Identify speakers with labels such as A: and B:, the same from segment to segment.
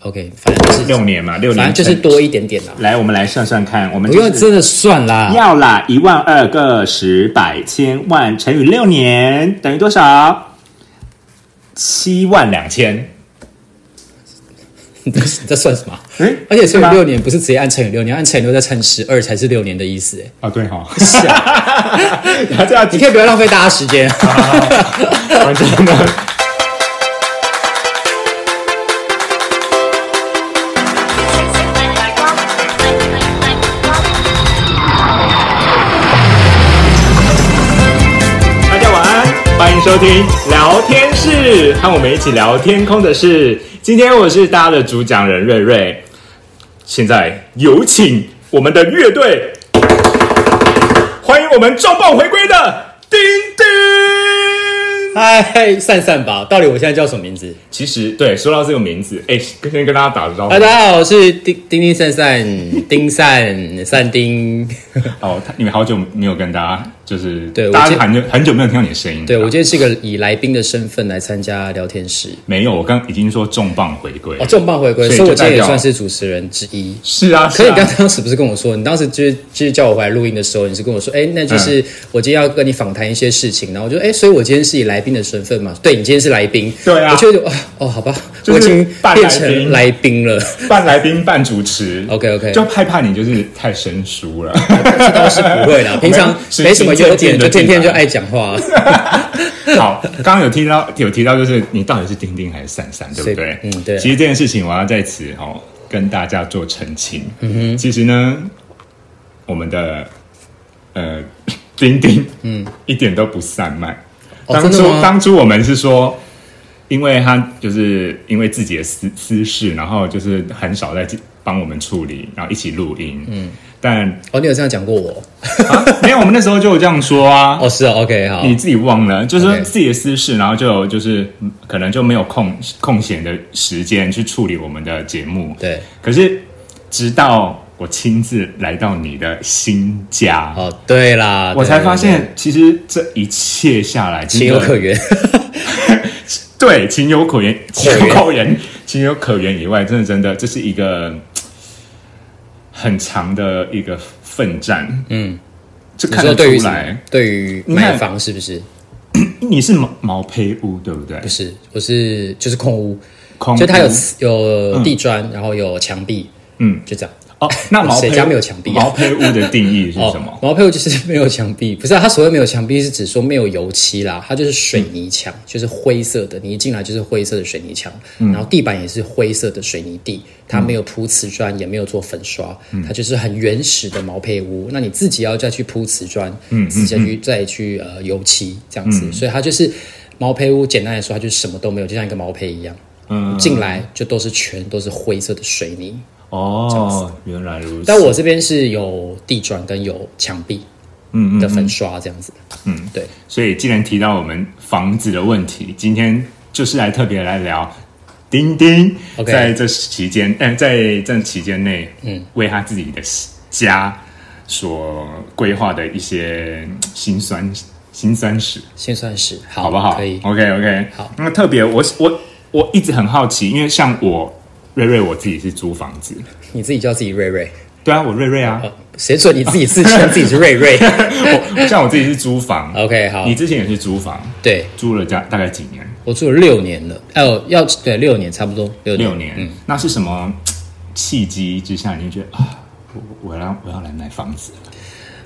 A: OK，反正就是
B: 六年嘛，六
A: 反
B: 年
A: 正就是多一点点啦，
B: 来，我们来算算看，我们
A: 不
B: 就
A: 用
B: 是
A: 真的算 啦。
B: 要啦，一万二个十百千万乘以六年等于多少？七万两千。
A: 你在算什么？
B: 哎
A: 而且乘
B: 是吗
A: 以六年不是直接按乘以六，你要按乘以六再乘十二才是六年的意思。哎，
B: 啊，对哈、
A: 是啊，
B: 然后这样
A: 你可以不要浪费大家时间。
B: 完全的。大家晚安，欢迎收听聊天室，和我们一起聊天空的事。今天我是大家的主讲人瑞瑞，现在有请我们的乐队，欢迎我们重磅回归的丁丁。
A: 嗨，哎散散吧。到底我现在叫什么名字？
B: 其实对，说到这个名字，哎，先跟大家打个招呼
A: 啊，。大家好，我是丁丁丁散散 丁散散丁。
B: 哦，他你们好久没有跟大家，就是
A: 对我
B: 大
A: 今
B: 家很久很久没有听到你的声音。
A: 对我今天是一个以来宾的身份来参加聊天室。
B: 没有，我刚已经说重磅回归。
A: 哦，重磅回归，
B: 所以
A: 所以我
B: 就
A: 今天也
B: 代表
A: 算是主持人之一。
B: 是啊，
A: 可
B: 是
A: 是
B: 啊
A: 你刚当时不是跟我说，你当时就是就是叫我回来录音的时候，你是跟我说，哎、那
B: 嗯
A: 就是我今天要跟你访谈一些事情，然后我就哎、所以我今天是以来宾的身份嘛，对你今天是来宾，
B: 对啊
A: 我就觉得啊哦，好吧，
B: 就
A: 我
B: 是
A: 已经
B: 半来
A: 变
B: 宾
A: 成来宾了，
B: 半来宾半主持。
A: OK，OK
B: 就害怕你就是太生疏了。
A: 这倒是不会啦，平常
B: 是
A: 没什么优点，
B: 是
A: 就天天
B: 是
A: 就爱讲话，
B: 好，刚刚有提到有提到，就是你到底是丁丁还是闪闪，对不对？
A: 所以嗯对啊
B: 其实这件事情，我要在此哦跟大家做澄清。嗯哼，其实呢，我们的呃 丁丁，嗯，一点都不散漫。
A: 哦
B: 当
A: 真的吗
B: 初当初我们是说。因为他就是因为自己的私私事，然后就是很少在帮我们处理，然后一起录音。嗯，但
A: 哦，你有这样讲过 我，
B: 没有，我们那时候就有这样说啊。
A: 哦是哦，OK 好，
B: 你自己忘了，就是说
A: OK
B: 自己的私事，然后就就是嗯可能就没有空空闲的时间去处理我们的节目。，
A: 对，
B: 可是直到我亲自来到你的新家，
A: 哦对啦，
B: 我
A: 对
B: 才发，现其实这一切下来，
A: 对对情有可
B: 原，
A: 原，
B: 对，情有可原，情
A: 原
B: 有可原，情有可原以外，真的真的，这是一个嗯很长的一个奋战。嗯，这
A: 你
B: 看
A: 说
B: 得
A: 对于
B: 出
A: 什
B: 来
A: 么，？对于
B: 你看
A: 买房是不是？
B: 你是毛毛坯屋对不对？
A: 不是，我是就是空屋。
B: 空
A: 就它有
B: 屋
A: 有地砖，然后有墙壁，
B: 嗯，
A: 就这样。
B: 哦，那毛
A: 谁
B: 坯
A: 家没有墙壁啊
B: 毛坯屋的定义是 什么？
A: 哦毛坯屋就是没有墙壁，不是、啊、它所谓没有墙壁是指说没有油漆啦，它就是水泥墙，
B: 嗯
A: 就是灰色的，你一进来就是灰色的水泥墙，然后地板也是灰色的水泥地，它没有铺瓷砖，也没有做粉刷，
B: 嗯
A: 它就是很原始的毛坯屋。那你自己要再去铺瓷砖，
B: 嗯
A: 自己再去再去呃油漆这样子，所以它就是毛坯屋。简单来说，它就是什么都没有，就像一个毛坯一样。
B: 嗯
A: 进来就都是全都是灰色的水泥，
B: 哦，原来如此。
A: 但我这边是有地砖跟有墙壁
B: 嗯嗯，
A: 的粉刷这样子。嗯，对，
B: 所以既然提到我们房子的问题，今天就是来特别来聊丁丁
A: OK
B: 在这期间，呃，在这期间内，嗯，为他自己的家所规划的一些嗯辛酸辛酸史。
A: 先算是好，
B: 好不好？
A: 可以。
B: OK OK。
A: 好，
B: 那特别我我我一直很好奇，因为像我瑞瑞，我自己是租房子，
A: 你自己叫自己瑞瑞，
B: 对啊，我瑞瑞 啊，
A: 谁准你自己自称自己是瑞瑞
B: 我像我自己是租 房
A: ？OK，好
B: 你，之前也是租房，
A: 对
B: 租了大大概几年？
A: 我住了六年了，哦，要对六年差不多六年
B: 六年。那是什么契机之下，你就觉得啊，我我要我要来买房子了？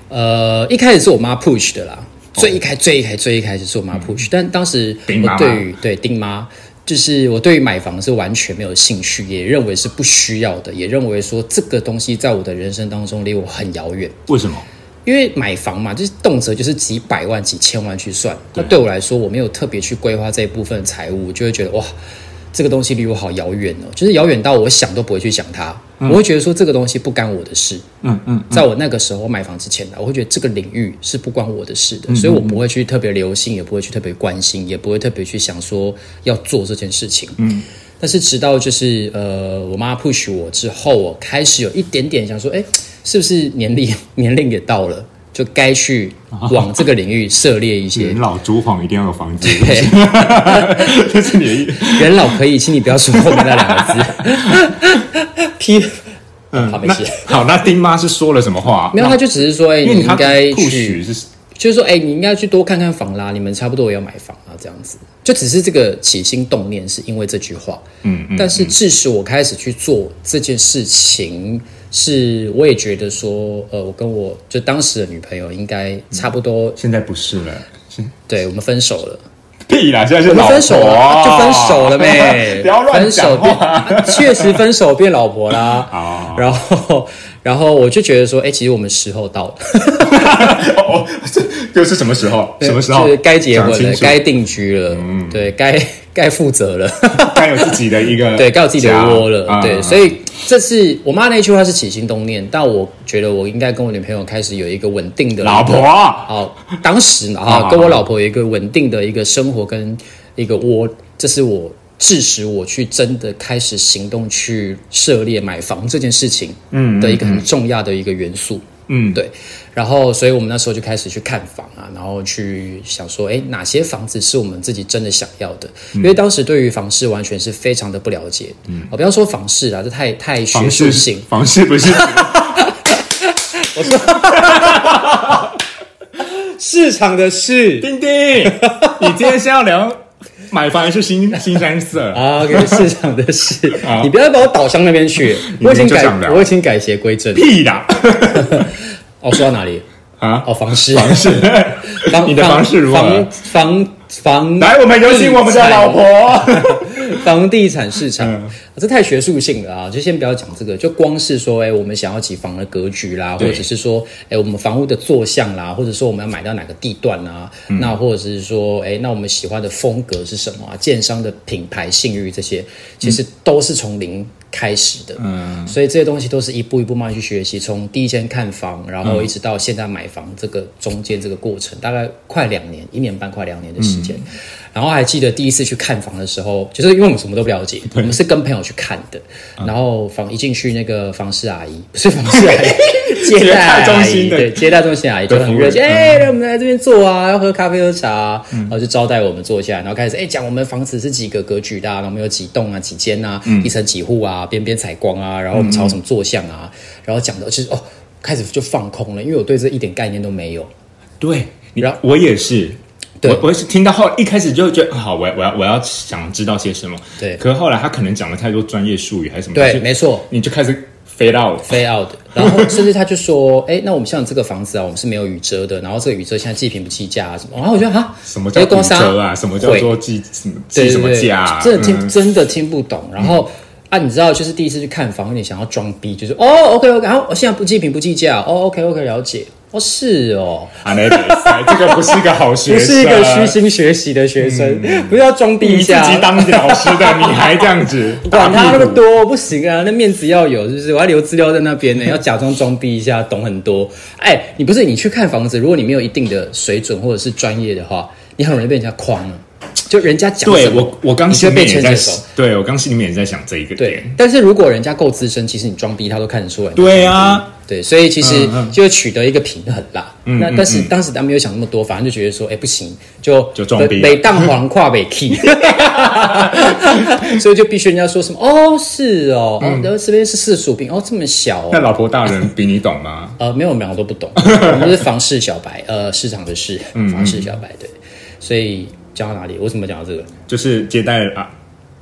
A: 呃，一开始是我妈 push 的啦，最一开最一开最一开始是我妈 push，、但当时
B: 哦嗯丁妈妈
A: 我对于对丁妈。就是我对于买房是完全没有兴趣，也认为是不需要的，也认为说这个东西在我的人生当中离我很遥远。
B: 为什么？
A: 因为买房嘛，就是动辄就是几百万、几千万去算。那
B: 对
A: 对我来说，我没有特别去规划这一部分的财务，我就会觉得哇，这个东西离我好遥远哦，就是遥远到我想都不会去想它。我会觉得说这个东西不干我的事。
B: 嗯嗯，
A: 在我那个时候买房之前呢，我会觉得这个领域是不关我的事
B: 嗯
A: 的，所以我不会去特别留心，也不会去特别关心，也不会特别去想说要做这件事情。嗯。但是直到就是呃，我妈 push 我之后，我开始有一点点想说，哎，是不是年龄年龄也到了？就该去往这个领域涉猎一些
B: 人。老珠黄一定要有房子， 这是你的意。
A: 人老可以，请你不要说后面那两 个字。批，
B: 嗯，
A: 好没
B: 那
A: 事
B: 好，那丁妈是说了什么话？
A: 没有，他就只是说，哎、
B: 因为
A: 你
B: 你她
A: 应该
B: 不
A: 去
B: 许是
A: 就是说，哎、你应该去多看看房啦，你们差不多也要买房啊，这样子。就只是这个起心动念是因为这句话，
B: 嗯嗯
A: 但是致使我开始去做这件事情，是我也觉得说，呃，我跟我就当时的女朋友应该差不多，
B: 现在不是了，现
A: 对我们分手了，
B: 屁啦，现在是
A: 我
B: 老
A: 们
B: 婆，
A: 分手了，就分手了呗
B: 不要乱
A: 分手
B: 讲
A: 变，
B: 话。
A: 啊确实分手变老婆啦。
B: 哦
A: 然后，然后我就觉得说，哎、其实我们时候到了。
B: 哦，这这是什么时候？什么时候
A: 就是该结婚
B: 讲清
A: 了，
B: 楚嗯
A: 该定居了，对该该负责 了，
B: 该有自己的一 个
A: 对该有自己的窝
B: 家啊嗯
A: 了，对，所以这次我妈那句话是起心动念，但我觉得我应该跟我女朋友开始有一个稳定的
B: 老婆啊
A: 哦，当时呢
B: 好好
A: 啊，跟我老婆有一个稳定的一个生活跟一个窝，这是我致使我去真的开始行动去涉猎买房这件事情，嗯的一个很重要的一个元素，
B: 嗯
A: 对，然后所以我们那时候就开始去看房啊，然后去想说，哎，哪些房子是我们自己真的想要的？因为当时对于房市完全是非常的不了解，嗯，我不要说房市啊，这太太学
B: 房
A: 术
B: 事
A: 性，
B: 房 事不是
A: 市场的市
B: 丁丁，你今天是要聊买房还是新新山色？
A: 啊，OK，市 场的市
B: 啊，
A: 你不要把我导向那边去，
B: 明
A: 我已经
B: 就
A: 改
B: 想聊，
A: 我已经改邪归正。
B: 屁啦！
A: 哦，说到哪里？
B: 啊，
A: 哦，房市，房市，房
B: 你的房市如何
A: 房房房，
B: 来，我们有请我们的老婆。嗯
A: 房地产 市场，这太学术性了啊！就先不要讲这个，就光是说，哎、我们想要几房的格局啦，或
B: 对
A: 者是说，哎、我们房屋的坐向啦，或者说我们要买到哪个地段啊，那或者是说，哎、那我们喜欢的风格是什么啊？建商的品牌信誉这些，其实都是从零开始的。
B: 嗯，
A: 所以这些东西都是一步一步慢慢去学习，从第一间看房，然后一直到现在买房这个中间这个过程，大概快两年，一年半快两年的时间。然后还记得第一次去看房的时候，就是因为我们什么都不了解，我们是跟朋友去看的。然后房一进去，那个房事阿姨不是房事阿姨， 接待阿
B: 接待
A: 姨
B: 中心的
A: 对接待中心阿姨就很热情，哎、让我们来这边坐
B: 嗯
A: 啊，要喝咖啡喝茶、啊，然后就招待我们坐下来，然后开始哎讲我们房子是几个格局的、啊，然后我们有几栋啊，几间啊，
B: 嗯
A: 一层几户啊，边边采光啊，然后我们朝什么坐向
B: 嗯
A: 啊，然后讲的就是哦，开始就放空了，因为我对这一点概念都没有。
B: 对，你
A: 然后
B: 我也是。
A: 对
B: 我我也是听到后一开始就觉得啊好，我要我要我要想知道些什么。
A: 对
B: 可是后来他可能讲了太多专业术语还是什么，
A: 对
B: 就
A: 没错
B: 你就开始 fade out。
A: 非要的，然后甚至他就说， 哎、那我们像这个房子啊，我们是没有雨遮的，然后这个雨遮现在计平不计价啊什么，然后我就哈，
B: 什么叫
A: 这个哎
B: 骨
A: 公司
B: 折啊？什么叫
A: 会
B: 做记什么
A: 对
B: 记什么
A: 对对
B: 价啊？
A: 真的听、
B: 嗯
A: 真的听不懂。然后、啊，你知道，就是第一次去看房，有点想要装逼，就是哦，OK OK，然后我现在不计评不计价，哦，OK OK，了解。哦，是哦，
B: 啊，那比赛这个不是一个好学
A: 不
B: 生，嗯
A: 是一个虚心学习的学生，不要装逼
B: 你
A: 一
B: 自
A: 下。，
B: 己当老师的，你还这样子
A: 管他那么
B: 打屁股。
A: 多，不行啊！那面子要有，是不是？我要留资料在那边呢，要假装装逼一下，懂很多。哎，你不是你去看房子，如果你没有一定的水准或者是专业的话，你很容易被人家框了。就人家讲
B: 对
A: 什么
B: 我，我刚
A: 你就
B: 心
A: 会
B: 里
A: 被
B: 面也
A: 牵
B: 在
A: 着手。，
B: 对我刚心里面也在想这一个
A: 对
B: 点。，
A: 但是如果人家够资深，其实你装逼他都看得出来。
B: 对啊，
A: 对，所以其实
B: 嗯嗯
A: 就会取得一个平衡啦。
B: 嗯
A: 那
B: 嗯
A: 但是当时他没有想那么多，反正就觉得说，哎、不行，就
B: 就装逼啊
A: 北蛋黄跨北 key，所以就必须人家说什么哦是哦，哦然后这边是四十五平，哦这么小
B: 嗯那
A: 哦。
B: 老婆大人比你懂吗？
A: 呃，没有，我们两个都不 懂，我们是房市小白，呃，市场的市，
B: 嗯
A: 房市小白，对，所以讲到哪里？我怎么讲到这个？
B: 就是接待啊，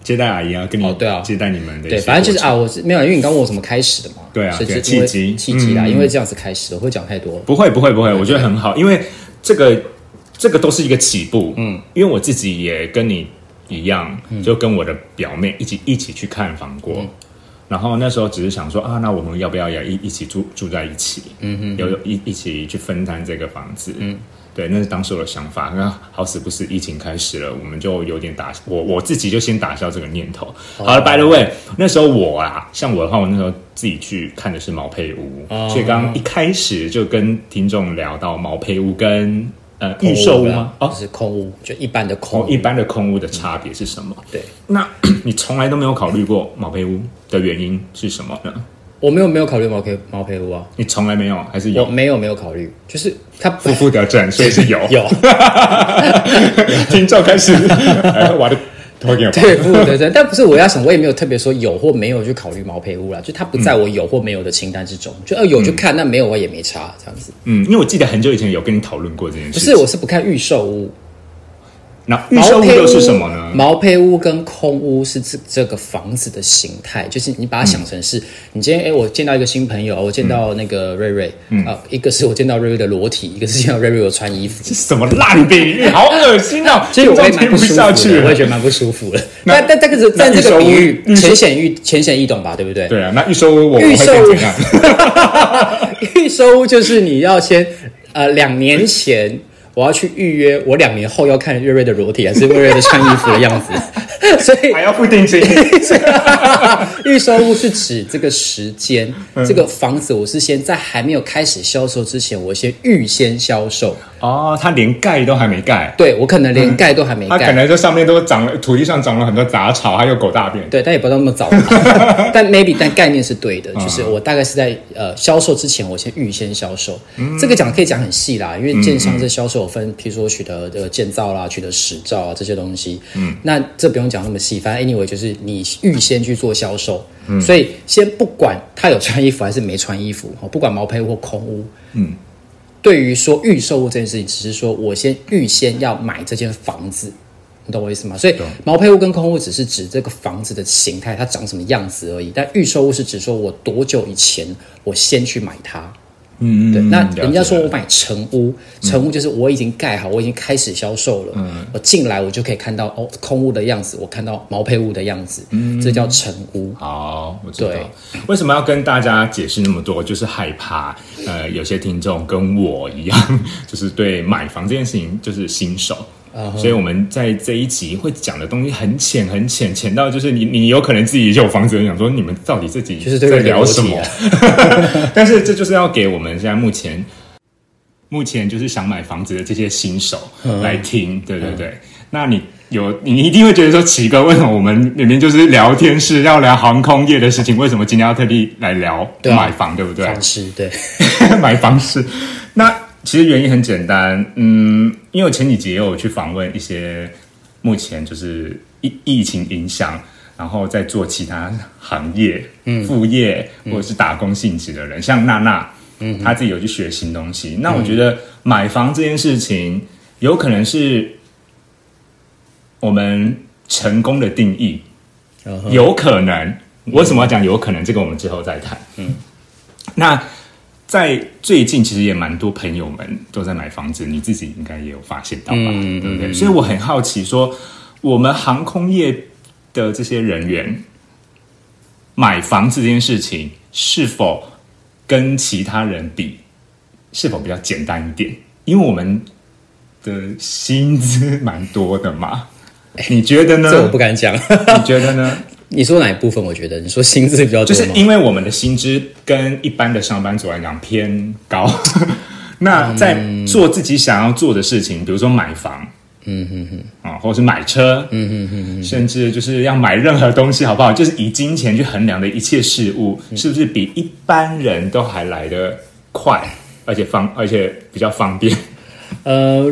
B: 接待阿姨啊，跟你
A: 哦对啊
B: 接待你们的一些
A: 对，
B: 过程，
A: 反正就是啊，我是没有，因为你刚问我怎么开始的嘛，
B: 对啊
A: 所以
B: 对
A: 就是因为
B: 契机
A: 契机啦，
B: 嗯
A: 因为这样子开始的，我会讲太多了。
B: 不会不会不会，我觉得很好，因为这个这个都是一个起步。嗯，因为我自己也跟你一样，就跟我的表妹一起一起去看房过。然后那时候只是想说啊，那我们要不要也一一起住住在一起？嗯嗯，有一一起去分摊这个房子。嗯，对，那是当时我的想法。那好死不死，疫情开始了，我们就有点打我我自己就先打消这个念头。好了，by the way，那时候我啊，像我的话，我那时候自己去看的是毛坯屋，
A: 哦
B: 所以刚刚一开始就跟听众聊到毛坯屋跟呃预
A: 空
B: 售屋吗
A: 啦？
B: 哦
A: 就，是空屋，就一般的空
B: 哦，
A: 屋。
B: 一般的空屋的差别是什么？
A: 对，
B: 那你从来都没有考虑过毛坯屋的原因是什么呢？
A: 我没有没有考虑毛坯毛坯屋啊，
B: 你从来没有还是
A: 我
B: 有？
A: 没有没有考虑，就是它
B: 负负得正，所以是有。
A: 有
B: 听众 开始，哎，我的头给我。
A: 对负负得正，但不是我要想，我也没有特别说有或没有去考虑毛坯屋啦，就它不在
B: 嗯
A: 我有或没有的清单之中，就呃有就看，那没有我也没差这样子。
B: 嗯，因为我记得很久以前有跟你讨论过这件
A: 不
B: 事。
A: 是，，我是不看预售屋，
B: 那预售屋又是什么呢？
A: 毛坯屋跟空屋是这这个房子的形态，就是你把它想成是，你今天哎、诶我见到一个新朋友，我见到那个瑞瑞，嗯、啊，一个是我见到瑞瑞的裸体，一个是见到瑞瑞有穿衣服。
B: 这什么烂比喻，好恶 心哦！
A: 其实我也
B: 听
A: 蛮
B: 不
A: 不舒服
B: 下去
A: 的，我也
B: 了。
A: 觉得蛮不舒服的。
B: 那
A: 但但但是但这
B: 那
A: 个比喻
B: 预售屋
A: 浅显易浅显易懂吧，对不对？
B: 对啊，那预售屋我
A: 预
B: 会
A: 售
B: 变
A: 屋
B: 怎样？
A: 预售屋就是你要先呃两年前我要去预约，我两年后要看瑞瑞的裸体还是瑞瑞的穿衣服的样子， 所以
B: 还要付 定金？
A: 预售屋是指这个时间，这个房子我是先在还没有开始销售之前，我先预先销售。
B: 哦，他连盖都还没盖，
A: 对我可能连盖都还没
B: 嗯他可
A: 盖，
B: 能这上面都长了，土地上长了很多杂草，还有狗大便。
A: 对，但也不到那么早吧。但 maybe 但概念是对的，就是我大概是在呃销售之前，我先预先销售。这个讲可以讲很细啦，因为建商这销售有分，譬如说取得呃建造啦、取得实照啊这些东西。嗯，那这不用讲那么细，反正 anyway 就是你预先去做销售。所以先不管他有穿衣服还是没穿衣服，哦不管毛坯屋或空屋，对于说预售物这件事情，只是说我先预先要买这间房子，你懂我意思吗？所以毛坯屋跟空屋只是指这个房子的形态，它长什么样子而已。但预售物是指说我多久以前我先去买它。
B: 嗯，
A: 对，那
B: 了解嗯
A: 人家说我买成屋，成屋就是我已经盖好，我已经开始销售了。我进来我就可以看到哦，空屋的样子，我看到毛坯屋的样子，
B: 嗯
A: 这叫成屋。
B: 好，我知道
A: 对
B: 为什么要跟大家解释那么多，就是害怕呃，有些听众跟我一样， 就是对买房这件事情就是新手。所以我们在这一集会讲的东西很浅很浅，浅到就是你你有可能自己有房子，你想说你们到底自己
A: 就是这
B: 在
A: 个
B: 聊
A: 逻
B: 什
A: 辑
B: 么
A: 啊？
B: 但是这就是要给我们现在目前目前就是想买房子的这些新手来听，对对对。那你有你一定会觉得说，奇哥，为什么我们明明就是聊天是要聊航空业的事情，为什么今天要特地来聊
A: 啊
B: 买房，对不对？
A: 房师对，
B: 买房是那其实原因很简单，嗯，因为我前几集也有去访问一些目前就是疫疫情影响，然后在做其他行业、副业或者是打工性质的人，像娜娜，嗯，她自己有去学新东西。那我觉得买房这件事情，有可能是我们成功的定义，
A: 嗯
B: 有可能。为什么要讲有可能？这个我们之后再谈。嗯，那在最近其实也蛮多朋友们都在买房子，你自己应该也有发现到吧？
A: 嗯
B: 对不对？所以我很好奇说我们航空业的这些人员买房子这件事情，是否跟其他人比，是否比较简单一点？因为我们的薪资蛮多的嘛，你觉得呢？
A: 哎这我不敢讲。
B: 你觉得呢？
A: 你说哪一部分？我觉得你说薪资比较
B: 就
A: 多
B: 是
A: 吗？
B: 因为我们的薪资跟一般的上班族来讲偏高， 那在做自己想要做的事情，比如说买房，嗯哼哼，啊，或者是买车，嗯哼哼，甚至就是要买任何东西，好不好？就是以金钱去衡量的一切事物，
A: 嗯
B: 是不是比一般人都还来得快，而且方，而且比较方便？
A: 呃，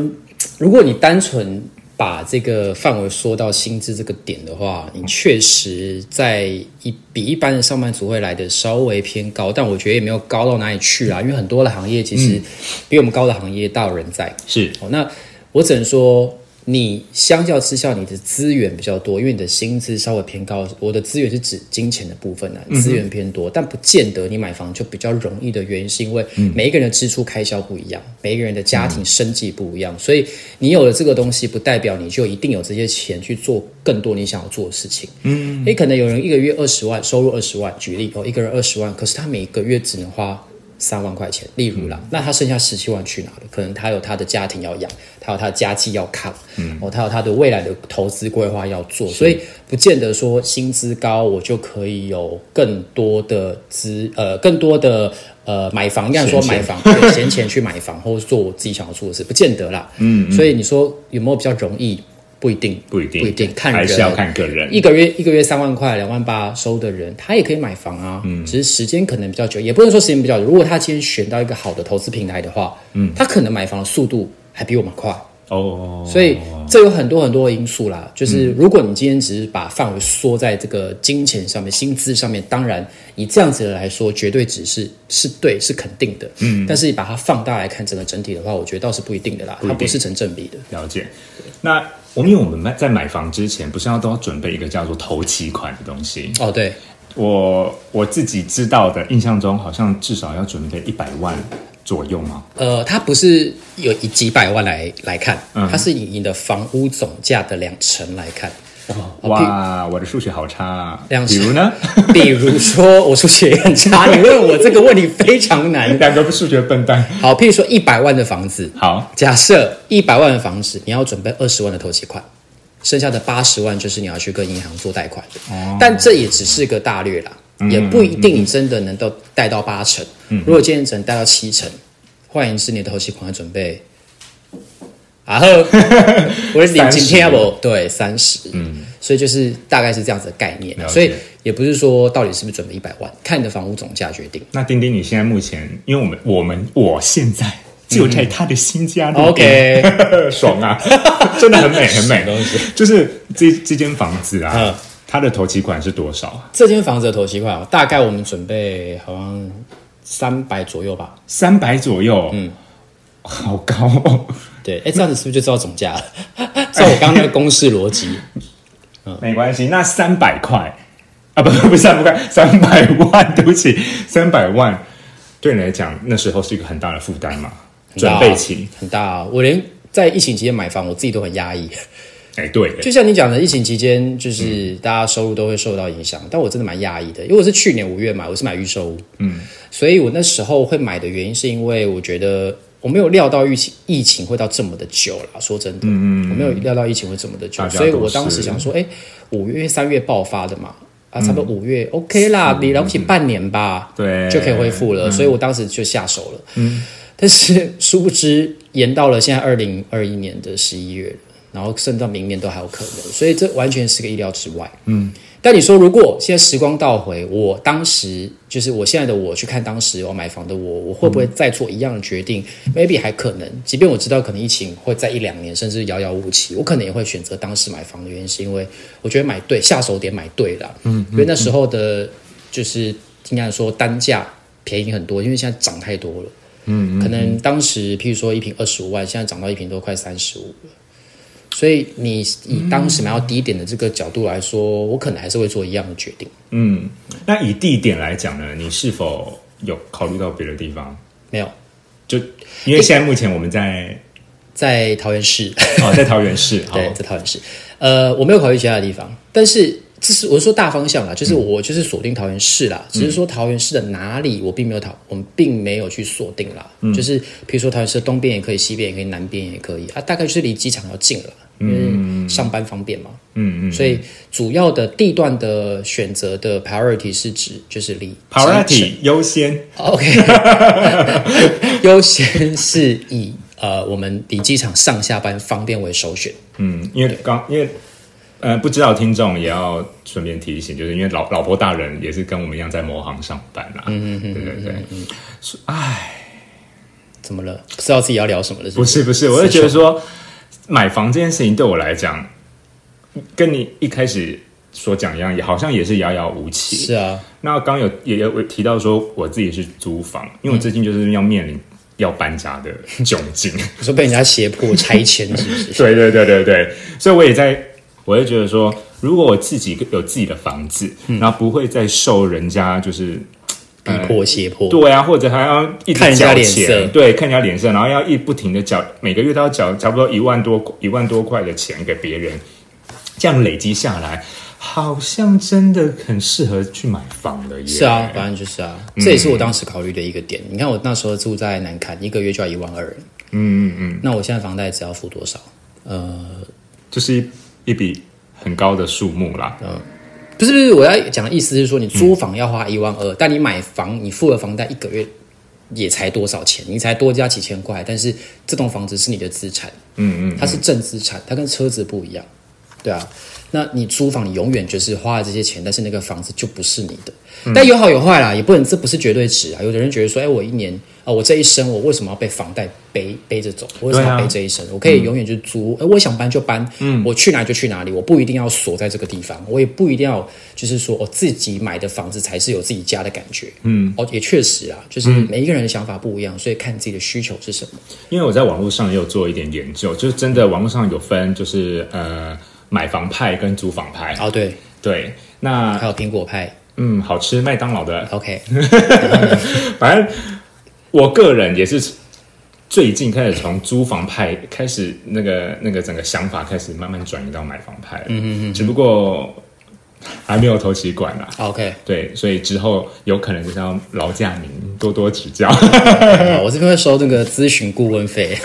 A: 如果你单纯把这个范围缩到薪资这个点的话，你确实在一比一般的上班族会来的稍微偏高，但我觉得也没有高到哪里去啊啦，因为很多的行业其实比我们高的行业大有人在。
B: 是
A: 哦，那我只能说，你相较之下，你的资源比较多，因为你的薪资稍微偏高。我的资源是指金钱的部分啊，资源偏多，但不见得你买房就比较容易的原因，是因为每一个人的支出开销不一样，每一个人的家庭生计不一样，所以你有了这个东西，不代表你就一定有这些钱去做更多你想要做的事情。嗯，也可能有人一个月二十万，收入二十万，举例哦，一个人二十万，可是他每个月只能花三万块钱，例如啦，
B: 嗯
A: 那他剩下十七万去哪了？可能他有他的家庭要养，他有他的家计要扛，
B: 嗯
A: 哦，他有他的未来的投资规划要做，所以不见得说薪资高我就可以有更多的资呃更多的呃买房，应该说
B: 闲钱
A: 买房对 闲钱去买房，或者做我自己想要做的事，不见得啦。嗯，所以你说有没有比较容易？不一定，
B: 嗯不一定，
A: 不一定，看人
B: 还是要看个人。
A: 一个月一个月三万块、两万八收的人，他也可以买房啊。嗯，只是时间可能比较久，也不能说时间比较久。如果他今天选到一个好的投资平台的话，嗯，他可能买房的速度还比我们快。
B: 哦，
A: 所以这有很多很多的因素啦。就是如果你今天只是把范围缩在这个金钱上面、薪资上面，当然以这样子的来说，绝对只是是对是肯定的。嗯，但是你把它放大来看整个整体的话，我觉得倒是不一定的啦，
B: 一
A: 它
B: 定
A: 不是成正比的。
B: 了解。那我们因为我们买在买房之前，不是要都要准备一个叫做头期款的东西？
A: 哦，对，
B: 我我自己知道的，印象中好像至少要准备一百万左右嘛。
A: 呃，它不是有以几百万来来看，
B: 嗯
A: 它是以你的房屋总价的两成来看。
B: 哇，我的数学好差、啊。
A: 两
B: 比如呢？
A: 比如说，我数学也很差，你问我这个问题非常难。
B: 两个数学笨蛋。
A: 好，譬如说一百万的房子，
B: 好，
A: 假设一百万的房子，你要准备二十万的头期款，剩下的八十万就是你要去跟银行做贷款的。但这也只是个大略啦，也不一定你真的能够贷到八成。如果今天只能贷到七成，换言之，你的头期款要准备。 啊呵，我是领今天啊不对三十，嗯，所以就是大概是这样子的概念
B: 了，解
A: 所以也不是说到底是不是准备一百万，看你的房屋总价决定。
B: 那丁丁，你现在目前，因为我们我们我现在就在他的新家里、
A: 哦 OK，
B: 爽啊， 真的很美 很美。就是这这间房子啊，
A: 嗯
B: 它的头期款是多少啊？
A: 这间房子的头期款，大概我们准备好像三百左右吧。
B: 三百左右，嗯，好高哦。
A: 对，哎，这样子是不是就知道总价了？ 照我刚刚那个公式 逻辑，嗯
B: 没关系，那三百块啊，不 不不，三百块，三百万， 对不起，三百万对你来讲那时候是一个很大的负担嘛，
A: 很大
B: 准
A: 啊
B: 备期，
A: 很大啊、我连在疫情期间买房，我自己都很压抑。
B: 哎、对，嗯
A: 就像你讲的，疫情期间就是大家收入都会受到影响，但我真的蛮压抑的，因为我是去年五月买，我是买预售屋，嗯，所以我那时候会买的原因是因为我觉得我没有料到疫情疫情会到这么的久啦，说真的，嗯，我没有料到疫情会这么的久
B: 大，家
A: 所以
B: 都
A: 我
B: 是
A: 当时想说，哎、五月三月爆发的嘛。啊，差不多五月、OK 啦，你了不起半年吧，
B: 对
A: 就可以恢复了，所以我当时就下手了。嗯，但是殊不知延到了现在二零二一年的十一月了，然后甚至到明年都还有可能，所以这完全是个意料之外。嗯，但你说如果现在时光倒回，我当时就是我现在的我去看当时我买房的我，我会不会再做一样的决定、m a y b e 还可能，即便我知道可能疫情会在一两年甚至遥遥无期，我可能也会选择当时买房的原因是因为我觉得买对下手点买对了，嗯，因为那时候的就是应该说单价便宜很多，因为现在涨太多了。可能当时譬如说一瓶二十五万，现在涨到一瓶都快三十五了。所以你以当时买到低点的这个角度来说，我可能还是会做一样的决定。
B: 嗯，那以地点来讲呢，你是否有考虑到别的地方？
A: 没有
B: 就因为现在目前我们在
A: 在桃园市，
B: 哦，在桃 园市，好
A: 对，在桃园市，呃，我没有考虑其他的地方，但是这是我是说大方
B: 嗯
A: 向啦，就是我就是锁定桃园市啦，只是说桃园市的哪里我并没有讨，我们并没有去锁定啦，
B: 嗯
A: 就是比如说桃园市的东边也可以，西边也可以，南边也可以啊，大概就是离机场要近了，嗯，上班方便嘛，
B: 嗯
A: 所以主要的地段的选择的 priority 是指就是离
B: priority 优先
A: OK，优先是以呃我们离机场上下班方便为首选。
B: 嗯，因为刚因为呃，不知道听众也要顺便提醒，就是因为老老婆大人也是跟我们一样在某行上班啦，嗯嗯对对对，
A: 怎么了？不知道自己要聊什么了是
B: 不
A: 不是？
B: 是不是，我就觉得说买房这件事情对我来讲，跟你一开始所讲一样，也好像也是遥遥无期，
A: 是啊，
B: 那刚有也有提到说，我自己是租房，因为我最近就是要面临要搬家的窘境。
A: 你说被人家胁迫拆迁是不是？
B: 对对对对对，所以我也在，我也觉得说，如果我自己有自己的房子，然后不会再受人家就是
A: 逼迫胁迫。
B: 对啊，或者还要一直
A: 看人家
B: 缴
A: 脸色
B: 钱，对，看人家脸色，然后要一不停的缴，每个月都要缴差不多一万多一万多块的钱给别人，这样累积下来，好像真的很适合去买房了耶。
A: 是啊，反正就是啊，这也是我当时考虑的一个点。你看我那时候住在南坎，一个月就要一万二，嗯嗯嗯。那我现在房贷只要付多少？
B: 就是一一笔很高的数目啦。
A: 不是不是，我要讲的意思是说，你租房要花一万二，但你买房，你付了房贷一个月也才多少钱，你才多加几千块，但是这栋房子是你的资产，嗯嗯，它是正资产，它跟车子不一样，对啊。那你租房，你永远就是花了这些钱，但是那个房子就不是你的。但有好有坏啦，也不能这不是绝对值啊。有的人觉得说，哎，我一年啊、我这一生，我为什么要被房贷背背着走？我为什么要
B: 对啊
A: 背这一生？我可以永远就租，哎、我想搬就搬，嗯，我去哪就去哪里，我不一定要锁在这个地方，我也不一定要就是说我自己买的房子才是有自己家的感觉，嗯，哦，也确实啊，就是每一个人的想法不一样，所以看自己的需求是什么。
B: 因为我在网络上也有做一点研究，就是真的网络上有分，就是呃买房派跟租房派。
A: 哦，对，
B: 对，那
A: 还有苹果派
B: 嗯，好吃麦当劳的，
A: ，OK，
B: 反正我个人也是最近开始从租房派开始，那个那个整个想法开始慢慢转移到买房派了。嗯嗯嗯，只不过还没有投其管啦、
A: 好，OK。
B: 对，所以之后有可能就是要劳驾您多多指教。
A: 啊我这边会收那个咨询顾问费，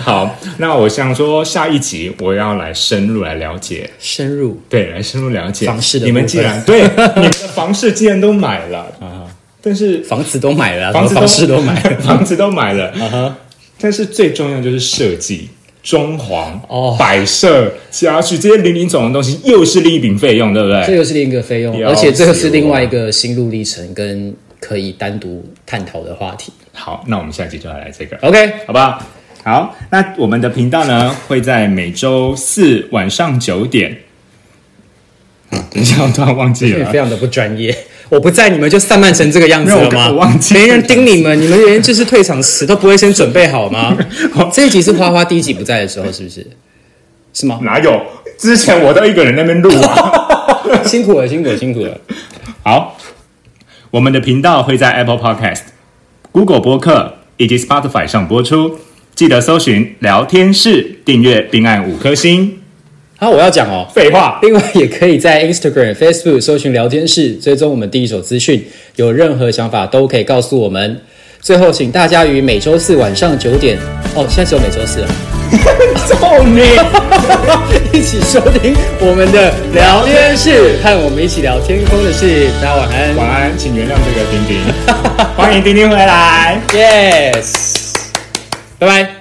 B: 好，那我想说下一集我要来深入来了解
A: 深入
B: 对，来深入了解
A: 房市的
B: 你们
A: 部
B: 既
A: 分
B: 然对你们的房市既然都买了啊，但是
A: 房子都买了啊，
B: 房子
A: 什么
B: 都
A: 房市都 买了。Uh-huh
B: 房子都买了但是最重要就是设计、装潢、
A: 哦
B: 摆设、家具这些零零总总的东西，又是另一笔费用，对不
A: 这
B: 对？
A: 又是另一个费用，
B: 了解
A: 而且这又是另外一个心路历程跟可以单独探讨的话题。
B: 好，那我们下集就来来这个，
A: OK，
B: 好不好？好，那我们的频道呢会在每周四晚上九点。 等一下，我突然忘记
A: 因为
B: 了
A: 非。常的不专业，我不在你们就散漫成这个样子了
B: 没有
A: 吗？
B: 我忘记
A: 没人盯你们，你们连就是退场时都不会先准备好 吗？这一集是花花第一集不在的时候，是不是？是 吗？
B: 哪有？之前我都一个人在那边录啊。
A: 辛苦了，辛苦了，辛苦了。
B: 好，我们的频道会在 Apple Podcast、Google 播客以及 Spotify 上播出，记得搜寻“聊天室”，订阅并按五颗星。
A: 好，我要讲哦，
B: 废话，
A: 另外，也可以在 Instagram、Facebook 搜寻聊天室，追踪我们第一手资讯。有任何想法都可以告诉我们。最后，请大家于每周四晚上九点哦，现在只有每周四啊，
B: 揍你！
A: 一起收听我们的聊天室，和我们一起聊天空的事。大家晚安
B: 晚安，请原谅 这个丁丁，欢迎丁丁回来。
A: ，Yes，拜拜。